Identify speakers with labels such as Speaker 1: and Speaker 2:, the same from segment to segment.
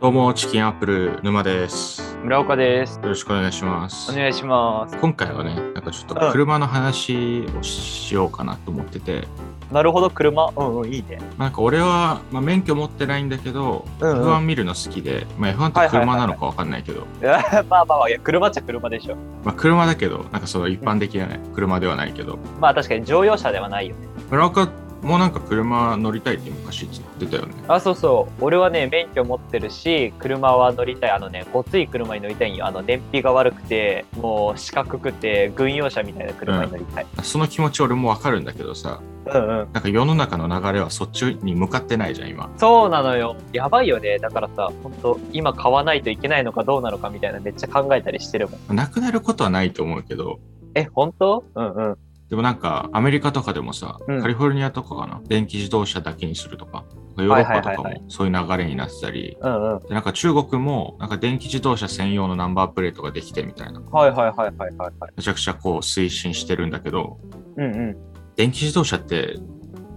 Speaker 1: どうも、チキンアップル沼です。
Speaker 2: 村岡です。
Speaker 1: よろしくお願いします
Speaker 2: お。願いします。
Speaker 1: 今回はね、なんかちょっと
Speaker 2: うん
Speaker 1: 車の話をしようかなと思ってて、
Speaker 2: なるほど、車。うんうん、いいね。
Speaker 1: なんか俺は、まあ、免許持ってないんだけど、
Speaker 2: うんうん
Speaker 1: F1 見るの好きで、まあ、F1 って車なのかわかんないけど、
Speaker 2: まあまあまあ、いや、車っちゃ車でしょ。
Speaker 1: まあ、車だけど、なんかその一般的なね、車ではないけど、
Speaker 2: まあ確かに乗用車ではないよね。
Speaker 1: 村岡もなんか車乗りたいって昔言ってたよね。
Speaker 2: あ、そうそう。俺はね、免許持ってるし、車は乗りたい。あのね、ごつい車に乗りたいんよ。あの、燃費が悪くて、もう四角くて、軍用車みたいな車に乗りたい。
Speaker 1: その気持ち俺もわかるんだけどさ、
Speaker 2: うんうん。
Speaker 1: なんか世の中の流れはそっちに向かってないじゃん、今。
Speaker 2: そうなのよ。やばいよね。だからさ、ほんと、今買わないといけないのかどうなのかみたいな、めっちゃ考えたりしてるもん。
Speaker 1: なくなることはないと思うけど、
Speaker 2: え、本当うんうん。
Speaker 1: でもなんかアメリカとかでもさ、
Speaker 2: うん
Speaker 1: カリフォルニアとかかな電気自動車だけにするとかヨーロッパとか
Speaker 2: はいはいはい
Speaker 1: もそういう流れになってたり
Speaker 2: うんうん。
Speaker 1: でなんか中国もなんか電気自動車専用のナンバープレートができてみたいな
Speaker 2: はいはいはいはいはいはい。
Speaker 1: めちゃくちゃこう推進してるんだけど
Speaker 2: うんうん。
Speaker 1: 電気自動車って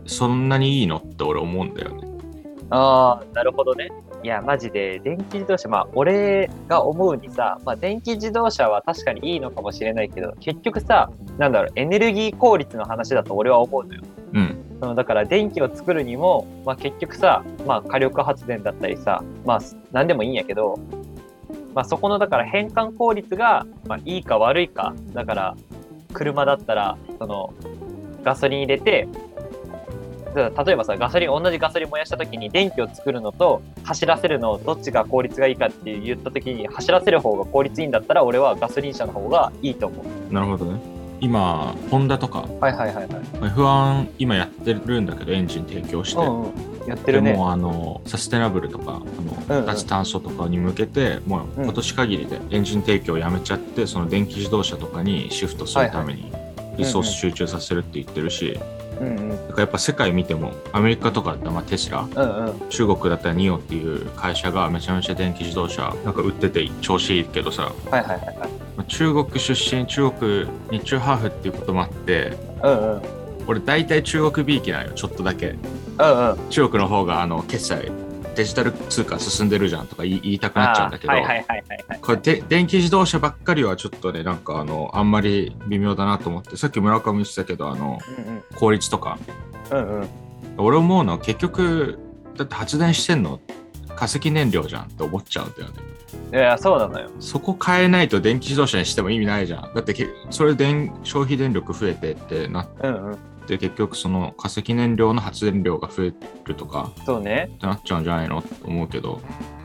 Speaker 1: そんなにいいのって俺思うんだよね
Speaker 2: ああ、なるほどね。いや、マジで、電気自動車、まあ、俺が思うにさ、まあ、電気自動車は確かにいいのかもしれないけど、結局さ、なんだろう、エネルギー効率の話だと俺は思うのよ。
Speaker 1: うん
Speaker 2: そのだから、電気を作るにも、まあ、結局さ、まあ、火力発電だったりさ、まあ、なんでもいいんやけど、まあ、そこの、だから、変換効率が、まあ、いいか悪いか。だから、車だったら、その、ガソリン入れて、だから例えばさガソリン同じガソリン燃やした時に電気を作るのと走らせるのどっちが効率がいいかって言った時に走らせる方が効率いいんだったら俺はガソリン車の方がいいと思う
Speaker 1: なるほどね今ホンダとか
Speaker 2: はいはいはいはい
Speaker 1: F1 今やってるんだけどエンジン提供して、
Speaker 2: うんうんやって
Speaker 1: で
Speaker 2: るね
Speaker 1: もあのサステナブルとかあ
Speaker 2: うん
Speaker 1: の、
Speaker 2: うん
Speaker 1: 脱炭素とかに向けてもう
Speaker 2: うん
Speaker 1: 今年限りでエンジン提供をやめちゃってその電気自動車とかにシフトするためにリソース集中させるって言ってるし、
Speaker 2: うんうん
Speaker 1: だからやっぱ世界見てもアメリカとかだったらまあテスラ
Speaker 2: うんうん
Speaker 1: 中国だったらニオっていう会社がめちゃめちゃ電気自動車なんか売ってて調子いいけどさ
Speaker 2: はいはいはいはい
Speaker 1: まあ中国出身中国日中ハーフっていうこともあって
Speaker 2: うんうん
Speaker 1: 俺大体中国びいきなんよちょっとだけ。
Speaker 2: うんうん
Speaker 1: 中国の方があの決済デジタル通貨進んでるじゃんとか言い言いたくなっちゃうんだけど、
Speaker 2: あーはいはいはいはいはい
Speaker 1: これで電気自動車ばっかりはちょっとねなんかあのあんまり微妙だなと思ってさっき村上言ってたけどあの
Speaker 2: うんうん
Speaker 1: 効率とか
Speaker 2: うんうん
Speaker 1: 俺思うのは結局だって発電してんの化石燃料じゃんって思っちゃうんだよね
Speaker 2: いやそうなのよ
Speaker 1: そこ変えないと電気自動車にしても意味ないじゃんだってけそれ電消費電力増えてってなっ
Speaker 2: うんうん
Speaker 1: て結局その化石燃料の発電量が増えるとか
Speaker 2: そうね
Speaker 1: ってなっちゃうんじゃないのと思うけど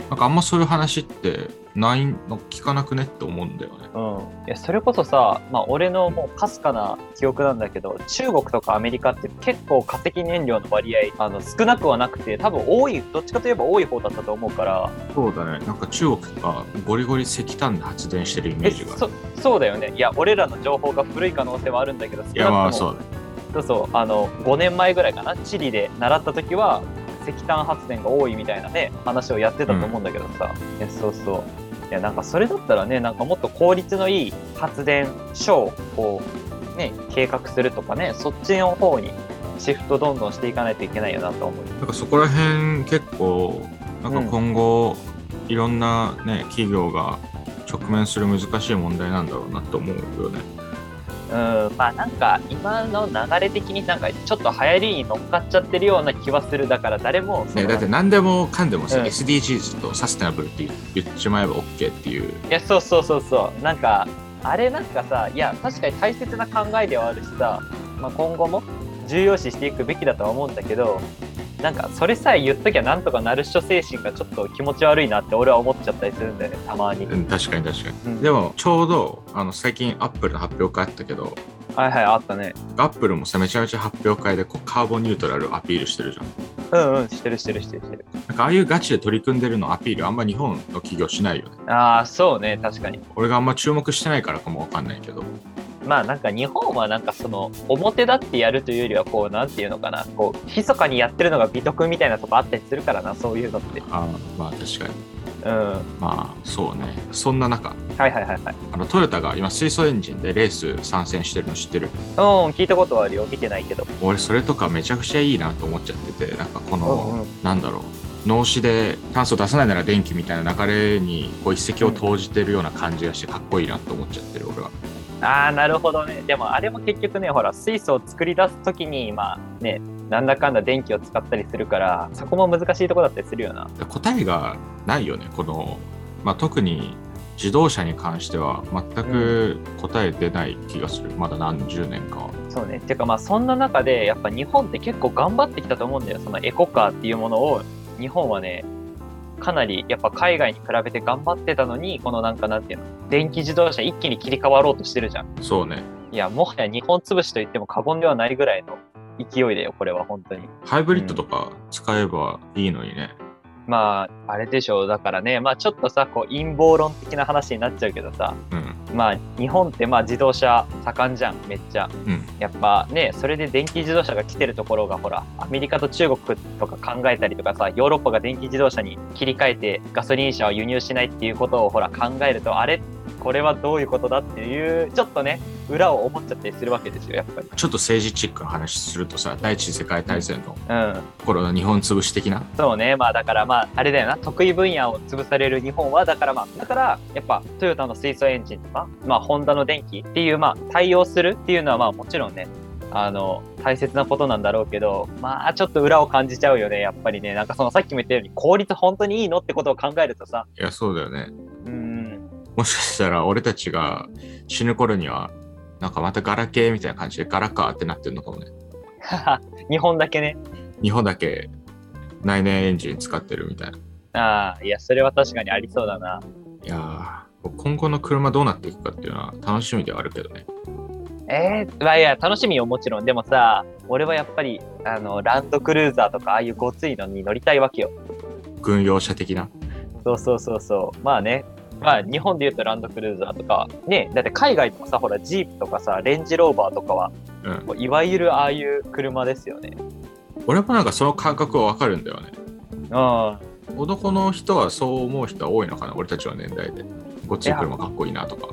Speaker 1: なんかあんまそういう話ってないの聞かなくねって思うんだよね。
Speaker 2: うん、いやそれこそさ、まあ、俺のもうかすかな記憶なんだけど中国とかアメリカって結構化石燃料の割合あの少なくはなくて多分多いどっちかといえば多い方だったと思うから
Speaker 1: そうだねなんか中国がゴリゴリ石炭で発電してるイメ
Speaker 2: え
Speaker 1: ージがある。
Speaker 2: そそうだよねいや俺らの情報が古い可能性はあるんだけど少なく
Speaker 1: い
Speaker 2: とも
Speaker 1: やまあそうだね。
Speaker 2: そうそうあの5年前ぐらいかなチリで習った時は石炭発電が多いみたいなね話をやってたと思うんだけどさ、いやそうそういやなんかそれだったらねなんかもっと効率のいい発電所をこうね計画するとかねそっちの方にシフトどんどんしていかないといけないよなと思う
Speaker 1: なんかそこら辺結構なんか今後、いろんなね企業が直面する難しい問題なんだろうなと思うよね。
Speaker 2: うんまあなんか今の流れ的になんかちょっと流行りに乗っかっちゃってるような気はするだから誰もその
Speaker 1: ねだって何でもかんでもさ、
Speaker 2: うん
Speaker 1: SDGs とサステナブルって言っちまえば OK っていう
Speaker 2: いやそうそうそうそうなんかあれなんかさいや確かに大切な考えではあるしさ、まあ、今後も重要視していくべきだとは思うんだけどなんかそれさえ言っときゃなんとかなるっしょ精神がちょっと気持ち悪いなって俺は思っちゃったりするんだよねたまに、
Speaker 1: うん確かに確かに。
Speaker 2: うん
Speaker 1: でもちょうどあの最近アップルの発表会あったけど
Speaker 2: はいはいあったね
Speaker 1: アップルもさめちゃめちゃ発表会でこうカーボンニュートラルをアピールしてるじゃん。
Speaker 2: うんうんしてるしてるしてるしてる
Speaker 1: なんかああいうガチで取り組んでるのアピールあんま日本の企業しないよね。
Speaker 2: ああそうね確かに
Speaker 1: 俺があんま注目してないからかもわかんないけど。
Speaker 2: まあなんか日本はなんかその表立ってやるというよりはこうなんていうのかなこう密かにやってるのが美徳みたいなとこあったりするからなそういうのって
Speaker 1: あーまあ確かに。
Speaker 2: うんは
Speaker 1: まあそうね。そんな中、
Speaker 2: いはいはいはい
Speaker 1: あのトヨタが今水素エンジンでレース参戦してるの知ってる
Speaker 2: うん、聞いたことはあるよ。見てないけど。
Speaker 1: 俺それとかめちゃくちゃいいなと思っちゃってて、なんかこの、
Speaker 2: うんうん
Speaker 1: なんだろう。脳死で炭素出さないなら電気みたいな流れにこう一石を投じてるような感じがしてかっこいいなと思っちゃってる俺は。
Speaker 2: ああなるほどねでもあれも結局ねほら水素を作り出す時にまあねなんだかんだ電気を使ったりするからそこも難しいとこだったりするよな
Speaker 1: 答えがないよねこの、まあ、特に自動車に関しては全く答え出ない気がする、まだ何十年かは
Speaker 2: そうねてかまあそんな中でやっぱ日本って結構頑張ってきたと思うんだよそのエコカーっていうものを日本はねかなりやっぱ海外に比べて頑張ってたのにこのなんかなんていうの電気自動車一気に切り替わろうとしてるじゃん
Speaker 1: そうね
Speaker 2: いやもはや日本潰しと言っても過言ではないぐらいの勢いだよこれは本当に
Speaker 1: ハイブリッドとか使えばいいのにね、
Speaker 2: まああれでしょうだからねまあちょっとさこう陰謀論的な話になっちゃうけどさ
Speaker 1: うん
Speaker 2: まあ日本ってまあ自動車盛んじゃんめっちゃ
Speaker 1: うん
Speaker 2: やっぱねそれで電気自動車が来てるところがほらアメリカと中国とか考えたりとかさヨーロッパが電気自動車に切り替えてガソリン車を輸入しないっていうことをほら考えるとあれこれはどういうことだっていうちょっとね裏を思っちゃったりするわけですよやっぱり
Speaker 1: ちょっと政治チックな話するとさ第一次世界大戦の
Speaker 2: うん
Speaker 1: 頃の日本潰し的な
Speaker 2: そうね、まあだからまああれだよな、得意分野を潰される日本は、だからまあ、だからやっぱトヨタの水素エンジンとか、まあホンダの電気っていう、まあ対応するっていうのはまあもちろんね、あの、大切なことなんだろうけど、まあちょっと裏を感じちゃうよね、やっぱりね、なんかそのさっきも言ったように効率本当にいいのってことを考えるとさ、
Speaker 1: いやそうだよね
Speaker 2: うん、
Speaker 1: もしかしたら俺たちが死ぬ頃にはなんかまたガラケーみたいな感じでガラかってなってるのかもね
Speaker 2: 日本だけね、
Speaker 1: 日本だけ内燃エンジン使ってるみたいな
Speaker 2: ああ、いや、それは確かにありそうだな。
Speaker 1: いやー今後の車どうなっていくかっていうのは楽しみではあるけどね
Speaker 2: えー、まあいや楽しみよもちろんでもさ俺はやっぱりあのランドクルーザーとかああいうごついのに乗りたいわけよ
Speaker 1: 軍用車的な
Speaker 2: そうそうそうそうまあねまあ日本で言うとランドクルーザーとかねだって海外でもさほらジープとかさレンジローバーとかは
Speaker 1: うん
Speaker 2: もういわゆるああいう車ですよね
Speaker 1: 俺もなんかその感覚はわかるんだよね
Speaker 2: うん
Speaker 1: 男の人はそう思う人は多いのかな俺たちの年代でこっちの車かっこいいなとか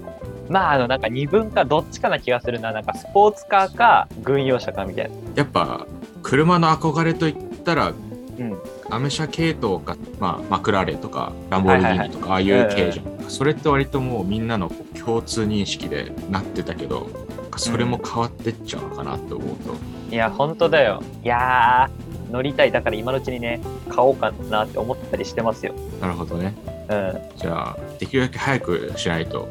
Speaker 2: まああのなんか二分かどっちかな気がするななんかスポーツカーか軍用車かみたいな
Speaker 1: やっぱ車の憧れといったら
Speaker 2: うん
Speaker 1: アメ車系統か、まあ、マクラーレンとかランボルギーニとかああいう系じゃん、それって割ともうみんなのこう共通認識でなってたけどなんかそれも変わってっちゃうのかなって思うと、
Speaker 2: いや本当だよいやー乗りたいだから今のうちにね買おうかなって思ったりしてますよ
Speaker 1: なるほどね
Speaker 2: うん
Speaker 1: じゃあできるだけ早くしないと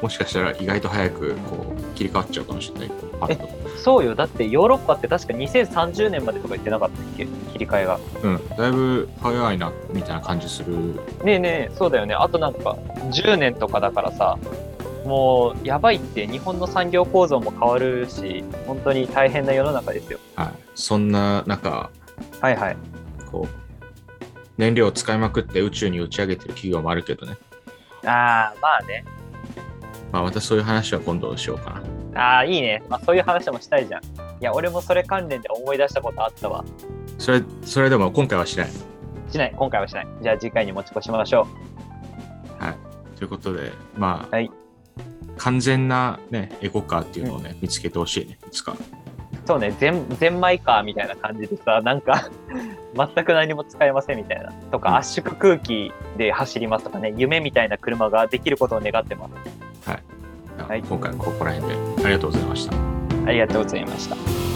Speaker 1: もしかしたら意外と早くこう切り替わっちゃうかもしれないパッと
Speaker 2: そうよだってヨーロッパって確か2030年までとか言ってなかったっけ切り替えが
Speaker 1: うんだいぶ早いなみたいな感じする
Speaker 2: ねえねえそうだよねあとなんか10年とかだからさもうやばいって日本の産業構造も変わるし本当に大変な世の中ですよ
Speaker 1: はいそんな中
Speaker 2: はいはい
Speaker 1: こう燃料を使いまくって宇宙に打ち上げてる企業もあるけどね、
Speaker 2: ああまあね
Speaker 1: まあ、またそういう話は今度しようかな
Speaker 2: ああいいね、まあ、そういう話もしたいじゃんいや俺もそれ関連で思い出したことあったわ
Speaker 1: それそれでも今回はしない
Speaker 2: しない今回はしないじゃあ次回に持ち越しましょ
Speaker 1: ということでまあ、
Speaker 2: はい
Speaker 1: 完全な、ね、エコカーっていうのをね、見つけてほしいねいつか
Speaker 2: うそうねゼンゼンマイカーみたいな感じでさなんか 全く何も使えませんみたいなと
Speaker 1: うん
Speaker 2: か圧縮空気で走りますとかね夢みたいな車ができることを願ってます
Speaker 1: じゃあ
Speaker 2: はい
Speaker 1: 今回はここら辺でありがとうございました
Speaker 2: ありがとうございました